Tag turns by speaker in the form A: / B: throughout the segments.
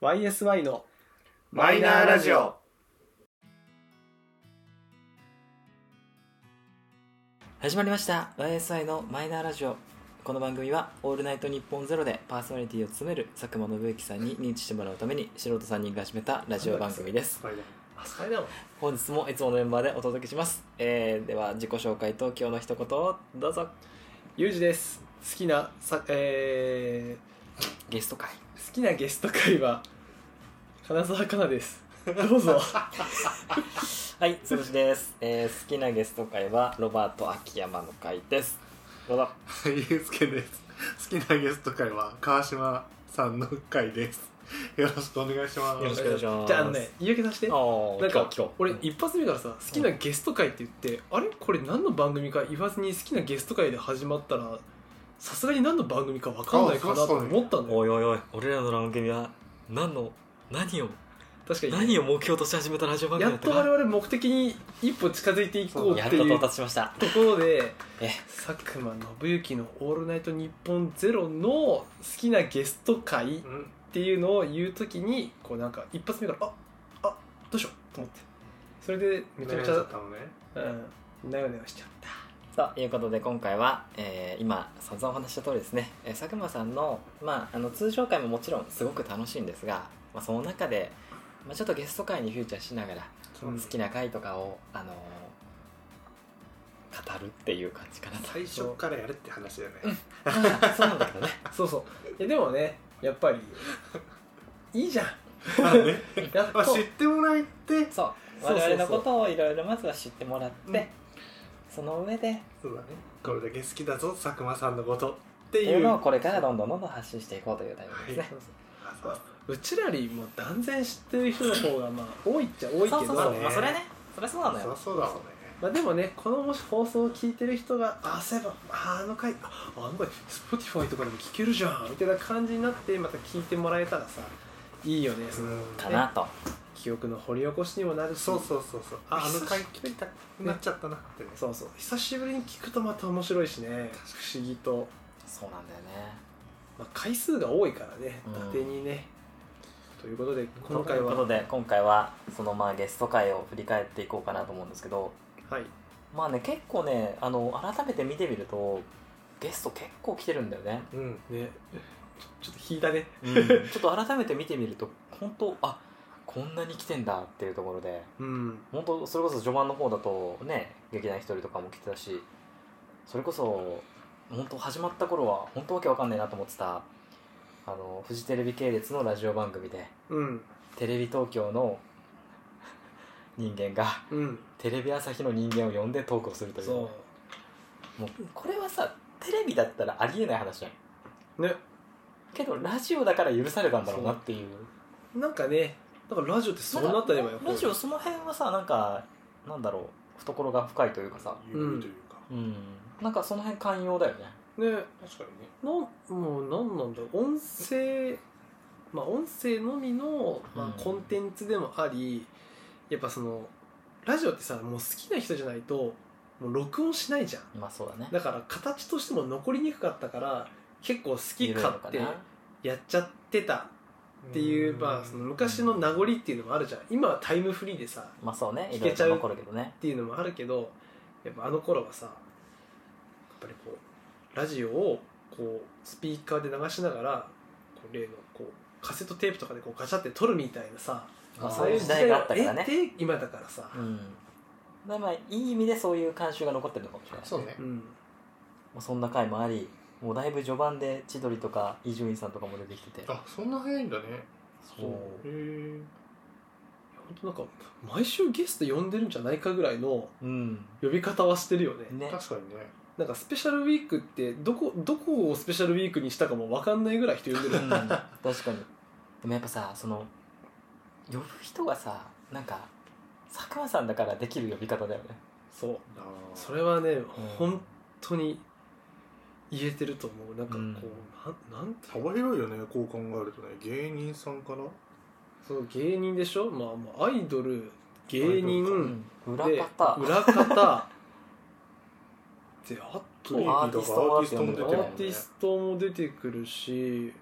A: YSY の
B: マイナーラジオ。
C: 始まりました YSI のマイナーラジオこの番組は「オールナイトニッポンゼロでパーソナリティを務める佐久間信之さんに認知してもらうために素人3人が始めたラジオ番組です
A: スパイダーマンあスパイダーマン
C: 本日もいつものメンバーでお届けします、えー、では自己紹介と今日の一言をどうぞ
A: ゆうじです好きなさ、え
C: ゲスト会
A: ー、好きなゲスト会は金沢かなですどうぞ
C: はいつぶしです、えー、好きなゲスト会はロバート秋山の会ですどうぞ
B: ゆうすけです。好きなゲスト会は川島さんの会です。よろしくお願いします。
C: よろしくお願いします
A: じゃああのね言い訳させて
C: お
A: なんか俺
C: い
A: 一発目からさ好きなゲスト会って言って、あれこれ何の番組か言わずに好きなゲスト会で始まったらさすがに何の番組か分かんないかなと思ったんだよ
C: おいおいおい俺らの番組は何の何を
A: 確かに
C: 何を目標として始めたラジオ番組
A: や
C: だ
A: っ
C: った
A: と
C: か
A: 我々目的に一歩近づいていこう
C: や
A: っ
C: ってと
A: いう
C: 到
A: と
C: 達しました
A: ころで
C: え
A: 佐久間信行の「オールナイトニッポンゼロの好きなゲスト会っ
B: うん
A: ていうのを言うときにこうなんか一発目から「ああどうしよう」と思ってそれでめちゃめちゃ
B: 悩んじったのね。
A: うんなよなよしちゃった
C: ということで今回は、えー今散々お話しした通りですね、えー佐久間さんの,、まああの通常回ももちろんすごく楽しいんですが、まあ、その中で、まあ、ちょっとゲスト回にフューチャーしながら
A: う
C: 好
A: ん
C: きな回とかを、あのー語るっていう感じかなと
B: 最初からやれって話だよね。
C: ま あそうなんだけどね
A: そうそういやでもねやっぱり いいじゃん
B: まあ ね
A: やっ
B: まあ
A: と
B: 知ってもらえて、
C: そう
A: そうそうそう
C: 我々のことをいろいろまずは知ってもらって、
B: うん
C: その上で
B: そうだね。これだけ好きだぞ佐久間さんのことって
C: ってい
B: いうう。
C: のをこれからどんどんどんどん発信していこうというタイミングですね、
B: は
A: そうそう
B: あそう
A: うちらよりも断然知ってる人の方がまあ多いっちゃ多いけど
C: そうそうそう、
B: ね
C: まあ、それはねそれはそうなの
B: そりゃ
C: よ
B: そうだもんね。
A: まあでもねこのもし放送を聞いてる人が「あそういえばああの回ああの回 Spotify とかでも聞けるじゃん」みたいな感じになってまた聞いてもらえたらさいいよねその
B: うん
C: かなと
A: 記憶の掘り起こしにもなるし
B: そうそうそうそう。ああの回
A: 久しぶ
B: 聞
A: り
B: きたくなっちゃったなってね。
A: そうそう久しぶりに聞くとまた面白いしね不思議と、
C: そうなんだよね
A: まあ、回数が多いからね
C: うん
A: 伊達にね、ということで今
C: とい
A: 回
C: うこ
A: は
C: とで今回はそのまあゲスト会を振り返っていこうかなと思うんですけど
A: はい
C: まあね結構ねあの改めて見てみるとゲスト結構来てるんだよね、
B: うん。
A: ねちょちょっと引いたね
C: ちょっと改めて見てみると本当あこんなに来てんだっていうところで
A: うん
C: 本当それこそ序盤の方だとね劇団ひとりとかも来てたしそれこそ本当始まった頃は本当わけわかんないなと思ってたあのフジテレビ系列のラジオ番組で
A: うん
C: テレビ東京の人間が
A: うん
C: テレビ朝日の人間を呼んでトークをするという
A: そ
C: もうこれはさテレビだったらありえない話じゃん
A: うね
C: けどラジオだから許されたんだろうなっていう
A: なんかねだからラジオってそうなったりはやっぱ
C: ラジオその辺はさなんかなんだろう懐が深いというかさ
B: 緩みというか。
C: うんなんかその辺寛容だよね
A: ね
B: 確かにね。
A: なんもう何なんだろう音声まあ音声のみの、ま
C: う
A: あ、
C: ん
A: コンテンツでもあり、やっぱそのラジオってさもう好きな人じゃないともう録音しないじゃん
C: まあそうだね
A: だから形としても残りにくかったから結構好き勝手
C: 緩いのか
A: やっちゃってたっていうまあその昔の名残っていうのもあるじゃん今はタイムフリーでさ
C: なまあそうねい
A: 聞
C: ろい
A: け
C: ろ
A: ちゃう
C: 残るけどね
A: っていうのもあるけどやっぱあの頃はさやっぱりこうラジオをこうスピーカーで流しながらこう例のこうカセットテープとかでこうガチャって撮るみたいなさ
C: まあ
A: そ
C: そうう
A: い
C: いうう
A: 時
C: 時
A: 代
C: 代
A: が
C: が
A: あ
C: あ
A: っ
C: ったた
A: か
C: からら
A: ね
C: ね
A: 今だからさ、
C: うんまあまあいい意味でそういう慣習が残ってるのかもしれない
B: そうね
A: う。ん
C: まあそんな回もありもうだいぶ序盤で千鳥とか伊集院さんとかも出てきてて
B: あ、そんな早いんだね。
C: そう
B: へえ。
A: 本当なんか毎週ゲスト呼んでるんじゃないかぐらいの
C: うん
A: 呼び方はしてるよね
C: ね
B: 確かにね。
A: なんかスペシャルウィークってどこどこをスペシャルウィークにしたかも分かんないぐらい人呼んでる
C: うん確かにでもやっぱさその呼ぶ人がさなんか佐久間さんだからできる呼び方だよね
A: そう
B: あー
A: それはね、本当に言えてると思うなんかこう、
C: うん
A: なんなんていうの
B: 幅広いよねこう考えるとね芸人さんかな
A: そう芸人でしょ、まあ、まあアイドル芸人
B: アイド
C: うん裏
A: で
C: 方
A: 裏方であと
C: アーティストも
B: アーティストも出
A: ア
B: てる
C: もんね
A: ーティストも出てくるし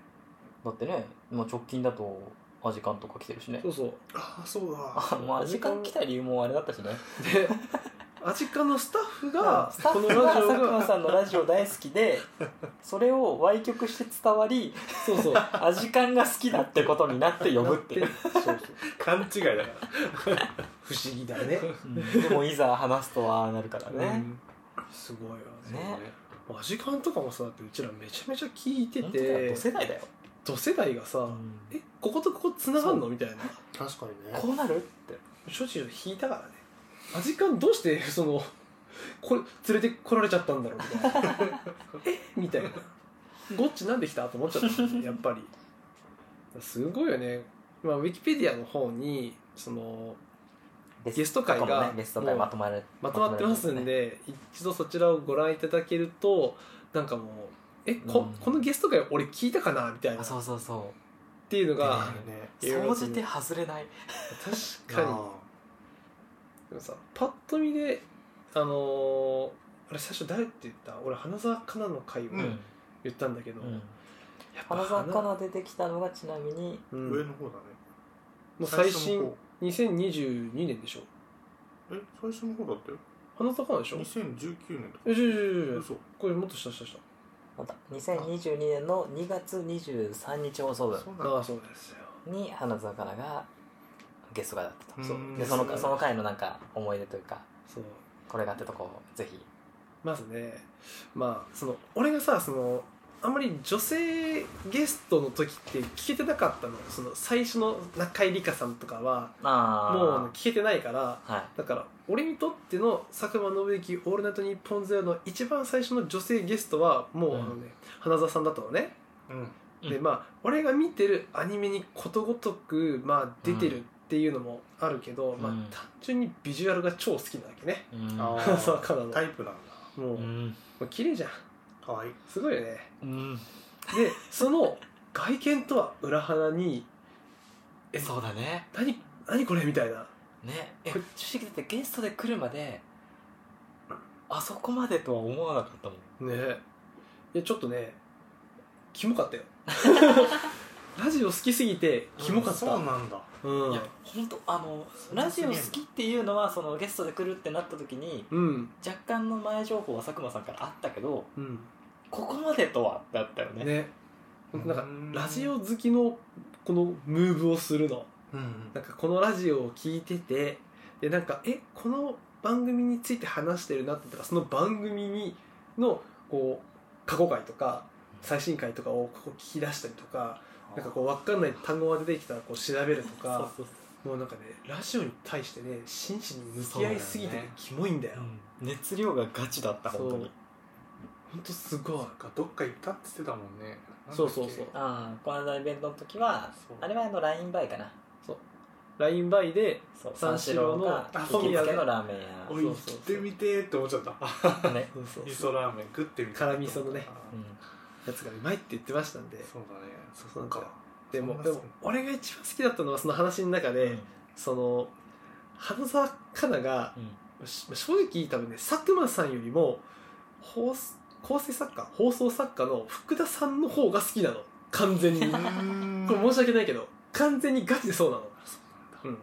C: だってね、まあ、直近だとアジカンとか来てるしね
A: そうそう
B: ああそう
C: あ
B: だ
C: まあアジカン来た理由もあれだったしね
A: でアジカのスタッフが
C: スタ
A: こ
C: ッ
A: の
C: フ
A: ラ
C: が
A: ジオ
C: 佐久間
A: が
C: さんのラジオ大好きでそれを歪曲して伝わり
A: そうそう
C: アジカンが好きだってことになって呼ぶっていう、
A: そうそう
B: 勘違いだか
A: 不思議だね
C: うんでもいざ話すとはああなるから
B: ら
C: ね、
A: すごいわ
B: うん
C: ね
A: アジカンとかもさだってうちらめちゃめちゃ聞いて
C: 本当だよ
A: て
C: 同世代だよ、
A: ど世代がさ
C: うん
A: えこことここつながんのみたいな
B: 確かにね
C: こうなるって
A: 処置を引いたからねアジカンどうして そのこれ連れてこられちゃったんだろうみたいなえ みたいなゴッチなんで来たと思っちゃったも んねやっぱりすごいよね、まあ、ウィキペディアの方にその
C: ゲ
A: ゲスト会が
C: もね、ゲスト会
A: もう
C: まとまる
A: まとまってますん
C: ね
A: で一度そちらをご覧いただけるとなんかもうえこ,、
C: うん
A: このゲスト会俺聞いたかなみたいな
C: あ
A: っ
C: そうそうそ
A: ていうのが
B: あれね
C: う
A: いろいろ
C: 総じて外れない
A: 確かに
B: あ
A: でもさパッと見であのーあれ最初誰って言った俺花澤香菜の回を
B: うん
A: 言ったんだけど、
C: うんうん
A: やっぱ
C: 花澤
A: 花
C: 香菜出てきたのがちなみに
A: う
B: ー
A: ん
B: 上の方だね
A: もう最新
B: 初の方
A: 2022年でしょ
B: え最初の方だったよ
A: 花澤香菜でしょ
B: 2019年とか
A: え違う違う違う違う
B: 嘘
A: これもっと下下下
C: また2022年の2月23日放送分
B: そうなんだ
A: ああそうですよ
C: に花澤香菜がゲスト会だったと
A: そう
B: うん
C: でその
A: そう
C: その回のなんか思い出というか
A: そう
C: これがってとこをぜひ
A: まずねまあその俺がさそのあんまり女性ゲストの時って聞けてなかったのその最初の中井理香さんとかは
C: ああ
A: もう聞けてないから
C: はい
A: だから俺にとっての佐久間信之「オールナイトニッポンゼロの一番最初の女性ゲストはもう、
C: うん
A: あのね、花澤さんだったのね、
B: うん
C: うん
A: でまあ俺が見てるアニメにことごとく、まあ、出てるっていうのもあるけど、
C: ん
A: まあ、
C: うん
A: 単純にビジュアルが超好きなわけね、
C: うん
B: あー
A: 花澤香菜の
B: タイプなんだ
A: もう、
C: う
A: も
C: ん
A: う綺麗じゃん
B: かわいい
A: すごいよね
C: うん
A: でその外見とは裏腹にえ
C: そうだね
A: 何何これみたいな
C: ねえ
A: これ
C: 正直だってゲストで来るまであそこまでとは思わなかったもん
A: ねいやちょっとねキモか ったよラジオ好きすぎてキモかった、
B: そう
A: うん
B: なんだ
A: うん
C: いや本当あの
B: そんな
C: ラジオ好きっていうのはそのゲストで来るってなった時に若干の前情報は佐久間さんからあったけど
A: うん
C: ここまでとはだったよね
A: ねなんか
B: うん
A: ラジオ好きのこのムーブをするの
B: うん
A: なんかこのラジオを聞いててでなんかえこの番組について話してるなって言ったらその番組にのこう過去回とか最新回とかをこう聞き出したりとかなんかこう分かんない単語が出てきたらこう調べるとか
C: そうそうそ
A: もうなんかねラジオに対してね真摯に向き合いすぎて、
B: そうだよね
A: キモいんだよ、
C: う、うん熱量がガチだった
A: そう
C: 本当に
A: ほんとすごい
B: なんかどっか行ったって言ってたもんね
A: そうそうそう
C: ああこの間のイベントの時は
B: そう
C: あれはあの LINE バイかな
A: LINE バイで
C: そう
A: 三四
C: 三四
A: 郎
C: 郎
A: の
C: が
B: あ
C: 行きつけのラーメ
B: お
C: ン
B: い行ってみてーって思っちゃった
C: 屋 ね
A: そうそう
B: 味噌ラーメン食ってみた
A: 辛味噌のね
B: あ
C: うん
A: やつがうまいって言ってましたんで
B: ーそうだね
A: そ
B: そうう
A: か
B: か
A: でも
B: そんな
A: でも俺が一番好きだったのはその話の中で、その花澤香菜が
C: うん
A: し正直多分ね佐久間さんよりも放送構成作家放送作家の福田さんの方が好きなの完全 にこ
B: うん
A: れ申し訳ないけど完全にガチでそうなの
B: そ
A: う
B: う
A: ん、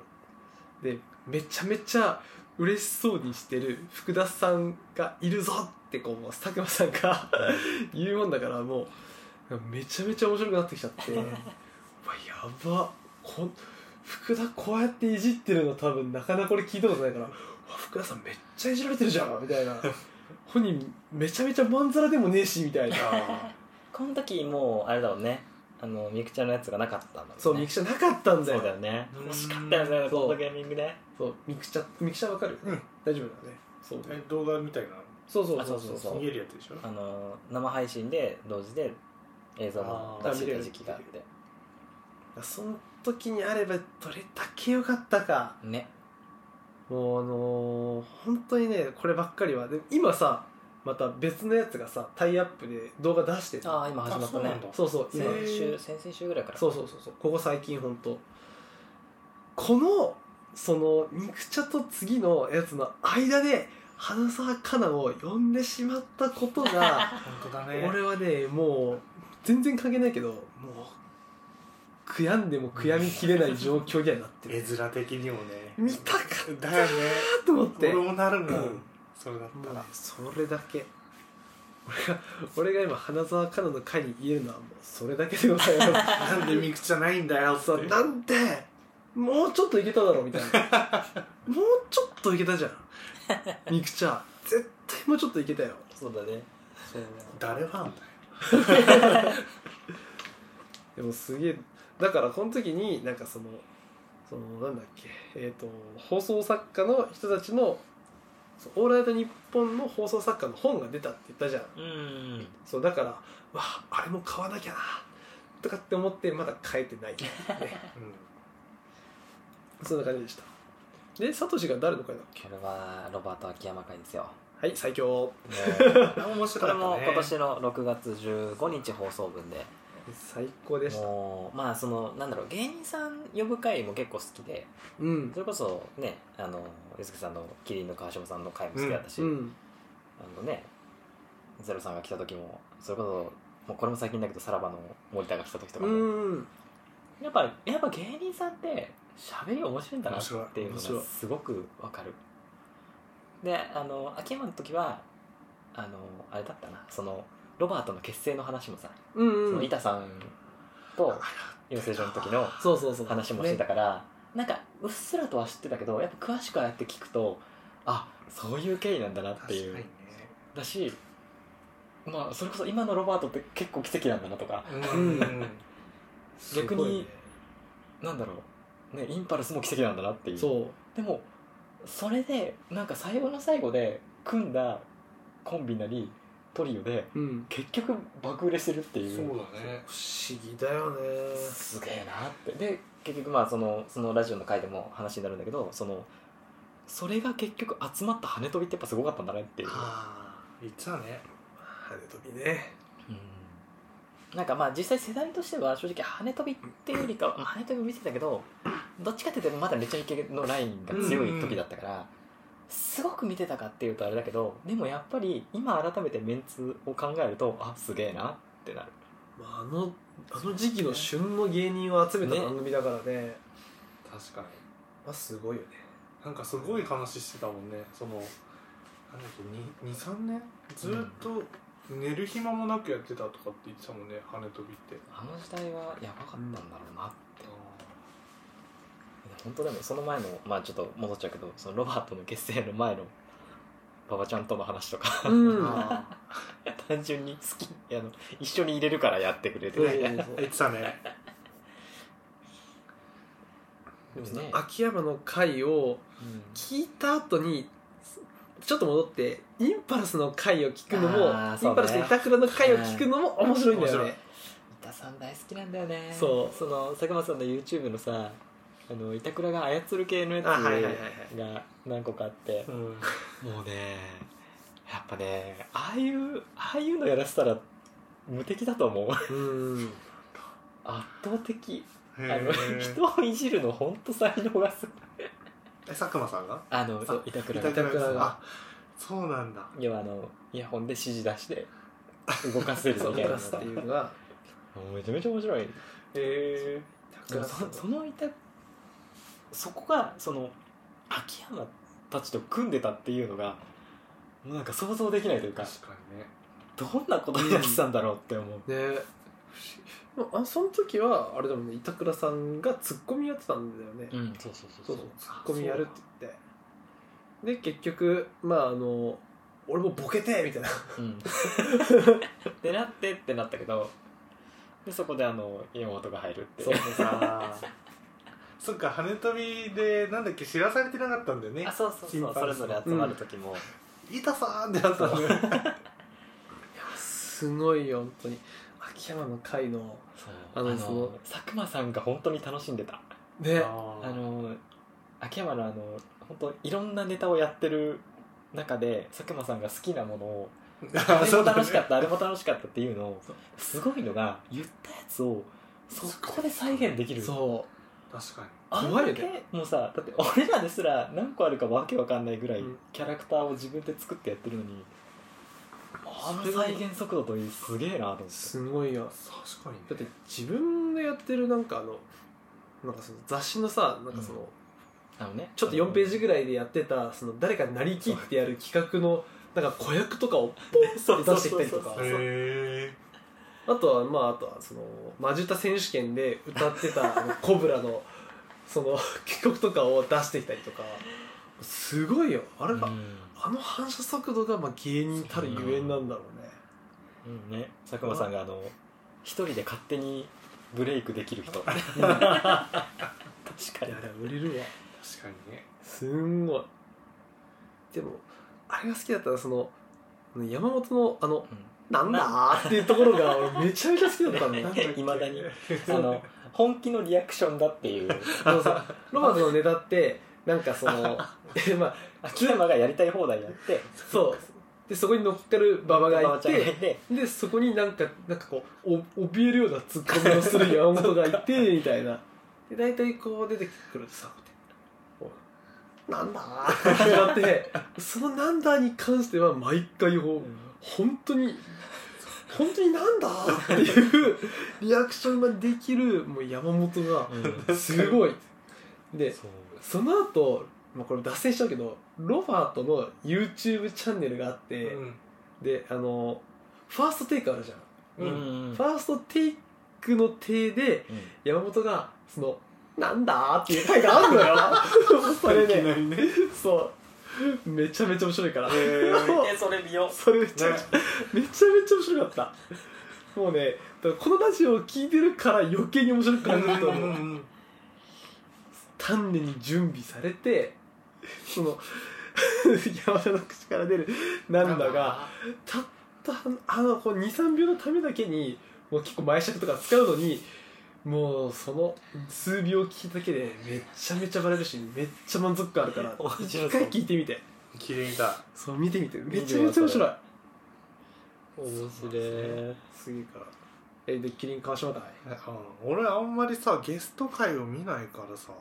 A: でめちゃめちゃ嬉しそうにしてる福田さんがいるぞってこうもう佐久間さんが言うもんだからもうめちゃめちゃ面白くなってきちゃ ってうわやばこん福田こうやっていじってるの多分なかなかこれ聞いたことないからうわ福田さんめっちゃいじられてるじゃんみ たいな本人めちゃめちゃまんざらでもねえしみたいな
B: あ
C: この時もうあれだろうねあのみゆきちゃんのやつがなかったんだろうね
A: そうミクチャなかったんだ
C: そ
A: よ
C: うだよね
B: うん
C: 欲しかったよね
A: そう
C: コードゲーミングね
A: そうミクチャミクチャわかる、
B: うん
A: 大丈夫だねそう
B: ーえ動画みたいな
A: そうそう
C: あ
A: そ
C: そう
A: そ
C: うそうう
A: そ
C: そうう
B: 見えるやつでしょ
C: あの生配信で同時で映像も出してた時期があって
A: その時にあればどれだけ良かったか
C: ね
A: もうあのー本当にねこればっかりはで今さまた別のやつがさタイアップで動画出してる
C: ああ今始ま
B: あ
C: った
B: そう
C: ね
B: なんだ
A: そうそう今
C: 先
B: へ
C: 週
B: ー
C: 先々週ぐらいから
A: そうそうそうそうここ最近本当このそのミクチャと次のやつの間で花澤香菜を呼んでしまったことが
B: 本当だね
A: 俺はねもう全然関係ないけどもう悔やんでも悔やみきれない状況にはなって
B: 絵
A: る
B: 面的にもね
A: 見たか
B: だよね
A: と思って
B: 俺
A: もう
B: もなるもん、
A: うん
B: それだったら、
A: それだけ俺が俺が今花澤香菜の会に言えるのはもうそれだけでございます
B: なんでミクじゃないんだよっ て
A: そうなんでもうちょっといけただろうみたい なもうちょっといけたじゃんみくちゃん絶対もうちょっといけたよ
C: そうだね
B: 誰ファンだよ
A: でもすげえだからこの時になんかそのそのなんだっけえっ、と放送作家の人たちの「そうオールナイトニッポン」の放送作家の本が出たって言ったじゃん
C: うん
A: そうだからわああれも買わなきゃなとかって思ってまだ買えてない、ね、 そんな感じでしたでサトシが誰の声だっけ
C: これはロバート秋山会ですよ
A: はい最強
C: ね
B: うん、あ面白か
C: こ
B: った
C: れ
B: ね
C: も今年の6月15日放送分で
A: 最高でした
C: もうまあそのなんだろう芸人さん呼ぶ回も結構好きで
A: うん
C: それこそねあのゆずきさんの麒麟の川島さんの回も好きだったし、
A: うん
C: あのねゼロさんが来た時もそれこそもうこれも最近だけどさらばの森田が来た時とか
A: う
C: も、
A: ん
C: やっぱやっぱ芸人さんって喋り面白いんだなっていうの
A: 面白い面白
C: が
A: い
C: すごくわかるであの秋山の時はあのあれだったなそのロバートの結成の話もさ、
A: うん
C: そうの
A: ん
C: 板さんと養成所の時の
A: そうそうそう
C: 話もしてたから、なんかうっすらとは知ってたけどやっぱ詳しくああやって聞くとあそういう経緯なんだなっていう
B: 確
C: だしまあそれこそ今のロバートって結構奇跡なんだなとか
B: かにね、うん
A: すごいね
C: 逆になんだろう、ね、インパルスも奇跡なんだなっていう
A: そう
C: でもそれでなんか最後の最後で組んだコンビなりトリオで
A: うん、
C: 結局爆売れしてるっていう
B: そうだね
A: 不思議だよね
C: すげえなってで結局まあそのそのラジオの回でも話になるんだけどそのそれが結局集まった跳ね飛びってやっぱすごかったんだねっていう、
B: ああ言ってたね
A: 跳ね飛びね
C: うんなんかまあ実際世代としては正直跳ね飛びっていうよりかは、まあ、跳ね飛びも見てたけどどっちかっていうとまだめちゃイケのラインが強い時だったから、すごく見てたかっていうとあれだけどでもやっぱり今改めてメンツを考えるとあすげえなってなる
A: まああのあの時期の旬の芸人を集めた
C: ね
A: 番組だからね
B: 確かに
A: まあすごいよね
B: なんかすごい話してたもんねそのなんだっけ23年ずっと寝る暇もなくやってたとかって言ってたもんね跳ね飛びって
C: あの時代はやばかったんだろうなって、本当でもその前のまあちょっと戻っちゃうけどそのロバートの結成の前の馬場ちゃんとの話とか
A: うん
B: あ
C: 単純に好きあの一緒に入れるからやってくれ
A: そう
C: る
A: そうそう
B: ー言ってたね
A: でもさ
C: ね
A: 秋山の回を聞いた後にちょっと戻ってインパルスの回を聞くのも、
C: あー
A: イ
C: そうね
A: ンパルスの板倉の回を聞くのも面白いんだよ
B: 面
A: ね
C: 板さん大好きなんだよね
A: そう
C: その佐久間さんの YouTube のさあの板倉が操る系のやつ
A: あはいはいはいはい
C: が何個かあって
B: うん
C: もうねやっぱねああいうああいうのやらせたら無敵だと思う
A: うん
C: 圧倒的
B: へ
C: あの
B: ー
C: 人をいじるのほんと才能がすごい
B: え佐久間さんが
C: あの
B: あ
C: 板倉
B: 板
C: が
B: 倉
A: 板倉
B: が
A: が
B: あそうなんだ
C: 要はあのイヤホンで指示出して動かせる
A: そう
C: みたい
A: プラ
C: なのが
A: スっていうのが
C: もう めちゃめちゃ面白い
B: へえ
A: 板倉
C: そ
A: さん
C: そのいたそこがその秋山たちと組んでたっていうのがもうなんか想像できないというか
B: 確かにね
C: どんなことになってたんだろうって思う、
A: ね不思議あその時はあれだもんね板倉さんがツッコミやってたんだよね、
C: うん、そうそう
A: そうそうツッコミやるって言ってで結局まああの俺もボケてみたいな
C: う、うん、 でなってってなったけどでそこであの山本が入るっていう
B: あーそっか跳ね飛びでなんだっけ知らされてなかったんだよね
C: あそうそう
B: 審
C: そう
B: 判
C: それぞれ集まる時も、
B: 板さんってなった んだよね
A: すごいよ本当に秋山の会の
C: そう
A: あのその
C: 佐久間さんが本当に楽しんでた
A: ね
B: あ
C: あ
B: ー
C: の秋山のあの本当いろんなネタをやってる中で佐久間さんが好きなも のをあれも楽しかった、あれも楽しかったっていうのを
A: そう
C: すごいのが言ったやつをそこで再現できる
A: そ
B: 確かに
C: あん
A: 怖い
C: だ
A: よ
C: け
A: ね
C: もうさだって俺らですら何個あるかわけわかんないぐらい
A: うん
C: キャラクターを自分で作ってやってるのに、あの再現速度といいすげえなと思って
A: すごいよ
B: 確かにね
A: だって自分がやってるなんかあのなんかその雑誌のさなんかその、
C: うあのね
A: ちょっと4ページぐ
C: い
A: らいでやってたその誰かになりきってやる企画のなんか子役とかをポンって出してきたりとか
C: そうそうそうそう
B: へえ
A: あとはまああとはそのマジ歌選手権で歌ってたあのコブラのその曲とかを出してきたりとかすごいよあ
C: あ
A: れが、あの反射速度がまあ芸人たるゆえんなんだろうね
C: うんね、佐久間さんがあの一人で勝手にブレイクでき る人確
A: いやあ
C: かに
A: れは売れるわ
B: 確かにね
A: すんごいでもあれが好きだったらその山本のあの「なんだ?」っていうところが俺めちゃめちゃ好きだったんだよ
B: なんっ け
C: いまだにあの本気のリアクションだっていう
A: あのさロバートのネタってなんかそ のえまあ
C: 秋山がやりたい放題やって
A: そうでそこに乗っかる馬場がい
C: ちゃんがい
A: て
C: て
A: でそこになんかなんかこうお怯えるようなツッコミをする山本がいて みたいなで大体こう出てくるとさこうなんだーってなって その「なんだ」に関しては毎回こう本当に本当になんだっていうリアクションができるもう山本がすごいで
C: そう
A: その後、まあこれ脱線しちゃうけどロバートの YouTube チャンネルがあって、
B: うん
A: であのファーストテイクあるじゃん、
B: うん
C: うん
A: ファーストテイクの手で山本がその「なんだ?」っていう回があるの よそれ
B: いき
A: ね
B: なりね
A: そうめちゃめちゃ面白いから、
B: へ
A: そう
C: えそれ見よ
A: それめちゃめちゃめちゃめちゃ面白かったもうねだからこのラジオを聞いてるから余計に面白く感じると思う丹念に準備されてその 山田の口から出るなんだがたったあのこう23秒のためだけにもう結構前尺とか使うのにもうその数秒聞いただけでめっちゃめちゃバレるしめっちゃ満足感あるから
C: 面白そう
A: 一回聞いてみて
B: 綺麗だ
A: そう見てみてめちゃめちゃ面白い
C: 面白い
A: すげえからえでキリン川島だい
B: うん俺あんまりさゲスト会を見ないからさ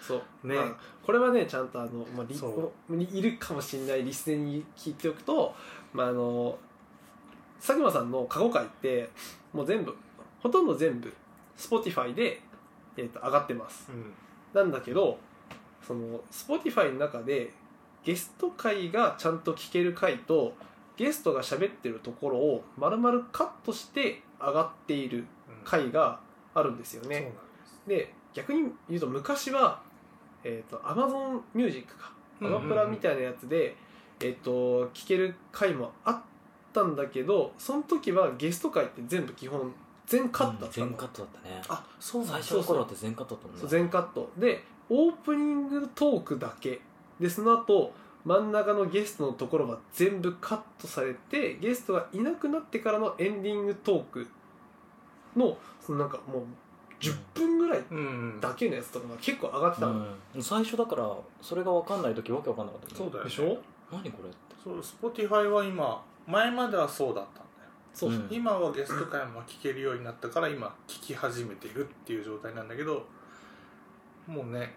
A: そう
B: ね
A: まあこれはねちゃんとあの、まあ、リ
B: そう
A: ここにいるかもしれないリスネに聞いておくと、まあ、あの佐久間さんの過去回ってもう全部ほとんど全部 Spotify で、えー、と上がってます
B: うん
A: なんだけどその Spotify の中でゲスト回がちゃんと聞ける回とゲストが喋ってるところを丸々カットして上がっている回があるんですよね、
B: そうなんです
A: で逆に言うと昔は、えー、と Amazon ミュージックかア
B: うんうんう
A: マ
B: ん
A: プラみたいなやつで、えー、と聴ける回もあったんだけどその時はゲスト回って全部基本全カットだったの、
C: 全カットだったね
B: あそうなん
C: 最
B: だ
C: 初の頃って全カットだったもんね
A: そう全カットでオープニングトークだけでその後真ん中のゲストのところは全部カットされてゲストがいなくなってからのエンディングトークのそのなんかもう10分ぐらい
B: うん
A: だけのやつとかが結構上がってたの、
C: うん最初だからそれが分かんない時わけ分かんなかった
B: そうだよね
A: でしょ
C: 何これって
B: そう Spotify は今前まではそうだったんだよ
A: そう、
C: うん
B: 今はゲスト会も聞けるようになったから今聞き始めてるっていう状態なんだけどもうね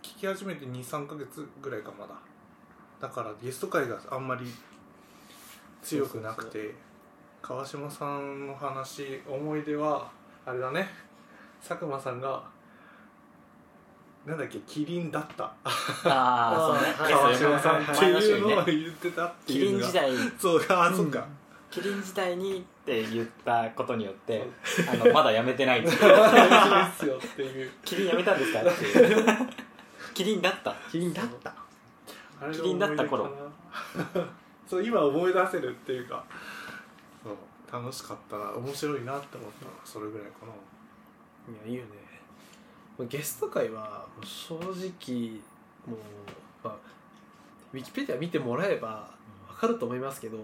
B: 聞き始めて23ヶ月ぐらいかまだだからゲスト会があんまり強くなくて川島さんの話思い出はあれだね佐久間さんがなんだっけキリンだった
C: あ
A: あー
C: あそうね
B: 川島さんっていうのを
C: は
B: 言ってたって
C: キ
B: い
C: リ
B: うの
C: ン
B: が
C: 時代
B: そうかあそっか、
C: キリン時代にって言ったことによってあのまだやめてないんです
B: 大事 ですよっていう
C: キリンやめたんですかっていうキリンだった
A: キリンだった
C: キリンだった頃
B: あれが思い出かな そう今思い出せるっていうかそう楽しかったな面白いなって思ったのはそれぐらいかな
A: や
B: い
A: いいよねゲスト会はもう正直もう、まあ、ウィキペディア見てもらえば分かると思いますけど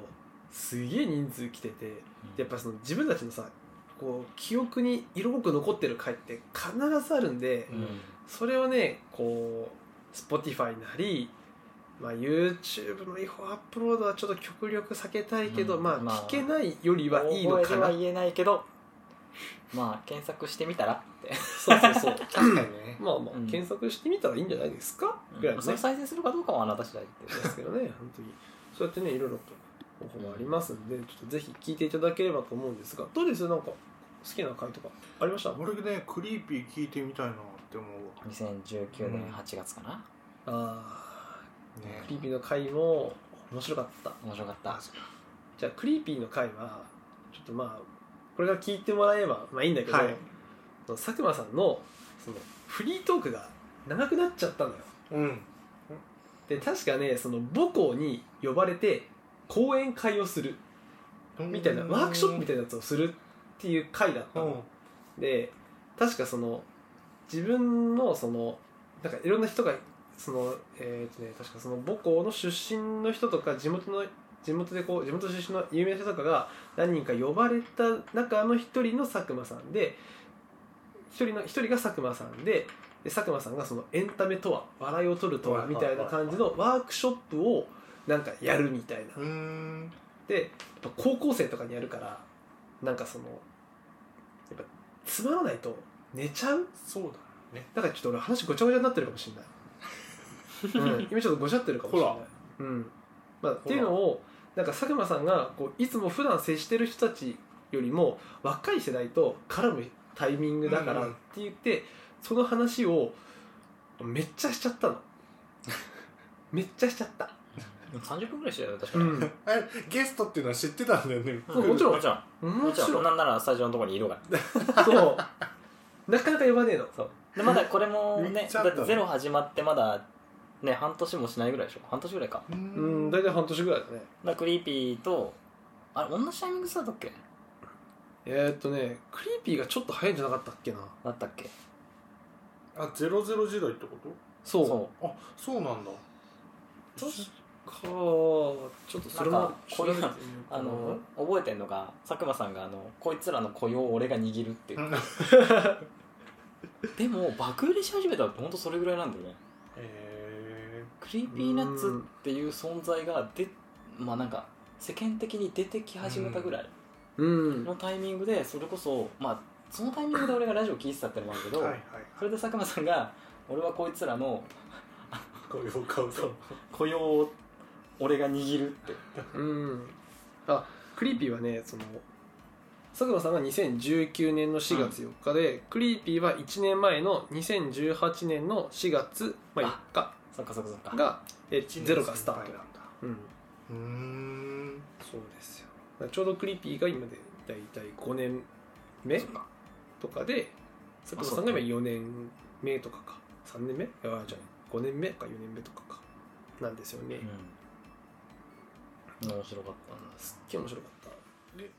A: すげえ人数来ててやっぱその自分たちのさこう記憶に色濃く残ってる回って必ずあるんで、
C: うん
A: それをねこう Spotify なり、まあ、YouTube の違法アップロードはちょっと極力避けたいけど、
C: うん
A: まあ、
C: まあ
A: 聞けないよりはいいの
C: 大
A: か
C: 声で
A: な
C: は言えないけどまあ検索してみたらって
A: そうそうそう
B: 確かにね
A: まあまあ、
C: うん
A: 検索してみたらいいんじゃないですかぐらいの
C: そ
A: ね
C: れ、再生するかどうかはあなた次第って
A: ですけどね本当にそうやってねいろいろと方もありますんで、ちょっとぜひ聞いていただければと思うんですが、どうですなんか好きな回とかありました？あ
B: 俺ねクリーピー聞いてみたいなって思うわ
C: 2019年8月かな、
A: あ
B: ね
A: ー、クリーピーの回も面白かった。
C: 面白かった
B: マジか
A: じゃあクリーピーの回はちょっとまあこれが聞いてもらえばまあいいんだけど、
B: はい
A: 佐久間さんのそのフリートークが長くなっちゃったのよ。
B: うん
A: で確かねその母校に呼ばれて講演会をするみたいなワークショップみた
B: い
A: いなやつをするっていう回だった
B: う
A: の。
B: ん
A: で確かその自分のそのなんかいろんな人がそのえーとね確かその母校の出身の人とか地元の地元でこう地元出身の有名な人とかが何人か呼ばれた中の一人の佐久間さんで一人の一人が佐久間さんでで佐久間さんがそのエンタメとは笑いを取るとはみたいな感じのワークショップをなんかやるみたいな
B: うーん
A: でやっぱ高校生とかにやるからなんかそのやっぱつまらないと寝ちゃう
B: そうだね
A: だからちょっと俺話ごちゃごちゃになってるかもしれ ない、うん、今ちょっとごちゃってるかもしれない
B: ほ
A: うんまあ、っていうのをなんか佐久間さんがこういつも普段接してる人たちよりも若い世代と絡むタイミングだから
B: う
A: っ
B: んうん
A: て言って、その話をめっちゃしちゃ ったのめっちゃしちゃった、
C: 30分ぐらいしてたよ確か
A: う
C: に、
A: ん、
B: えゲストっていうのは知ってたんだよね
A: うんもちろん
C: もちろんも
A: も
C: ち
A: ちろ
C: ろん
A: ん
C: なんならスタジオのところにいるから
A: そう。なかなか呼ばねえの。
C: そうでまだこれも
B: め
C: ね
B: っちゃ
C: だ
B: あった
C: っ
B: の
C: てゼロ始まってまだね半年もしないぐらいでしょ半年ぐらいか
B: う
A: うん、大体半年ぐらいだね。
C: だクリーピーとあれ同じタイミングだったっけ
A: えー、っとね、クリーピーがちょっと早いんじゃなかったっけな。
C: だったっけ
B: あゼロゼロ時代ってこ
A: そう。
B: とあそうなんだ
A: 確か、ちょっとそれも調べてみようか
C: あ
A: な
C: の、覚えてんのが佐久間さんがあの「こいつらの雇用を俺が握る」っていうでも爆売れし始めたのってほんとそれぐらいなんだよね
B: え
C: クリーピーナッツっていう存在がでまあなんか世間的に出てき始めたぐらい
A: うん。
C: のタイミングでそれこそまあそのタイミングで俺がラジオ聞いてたってのもあるけ
B: ー、
C: ど、
B: はいはい
C: それで佐久間さんが「俺はこいつらの
B: こういう顔
C: そう雇用を俺が握る」って
A: うん。あ、クリーピーはね、その、佐久間さんが2019年の4月4日で、クリーピーは1年前の2018年の4月、まあ、4日
C: そっかそっかそっか
A: が、えゼロがスタート
B: な。んだ
A: うん。
B: うーん
A: そうですよだからちょうどクリーピーが今で大体5年目
C: そっか
A: とかで佐久間さんが今4年目とかか3年目いやじゃあ5年目か4年目とかかなんですよね、
C: うん面白かっ
A: あーすっげえ面白かった
B: え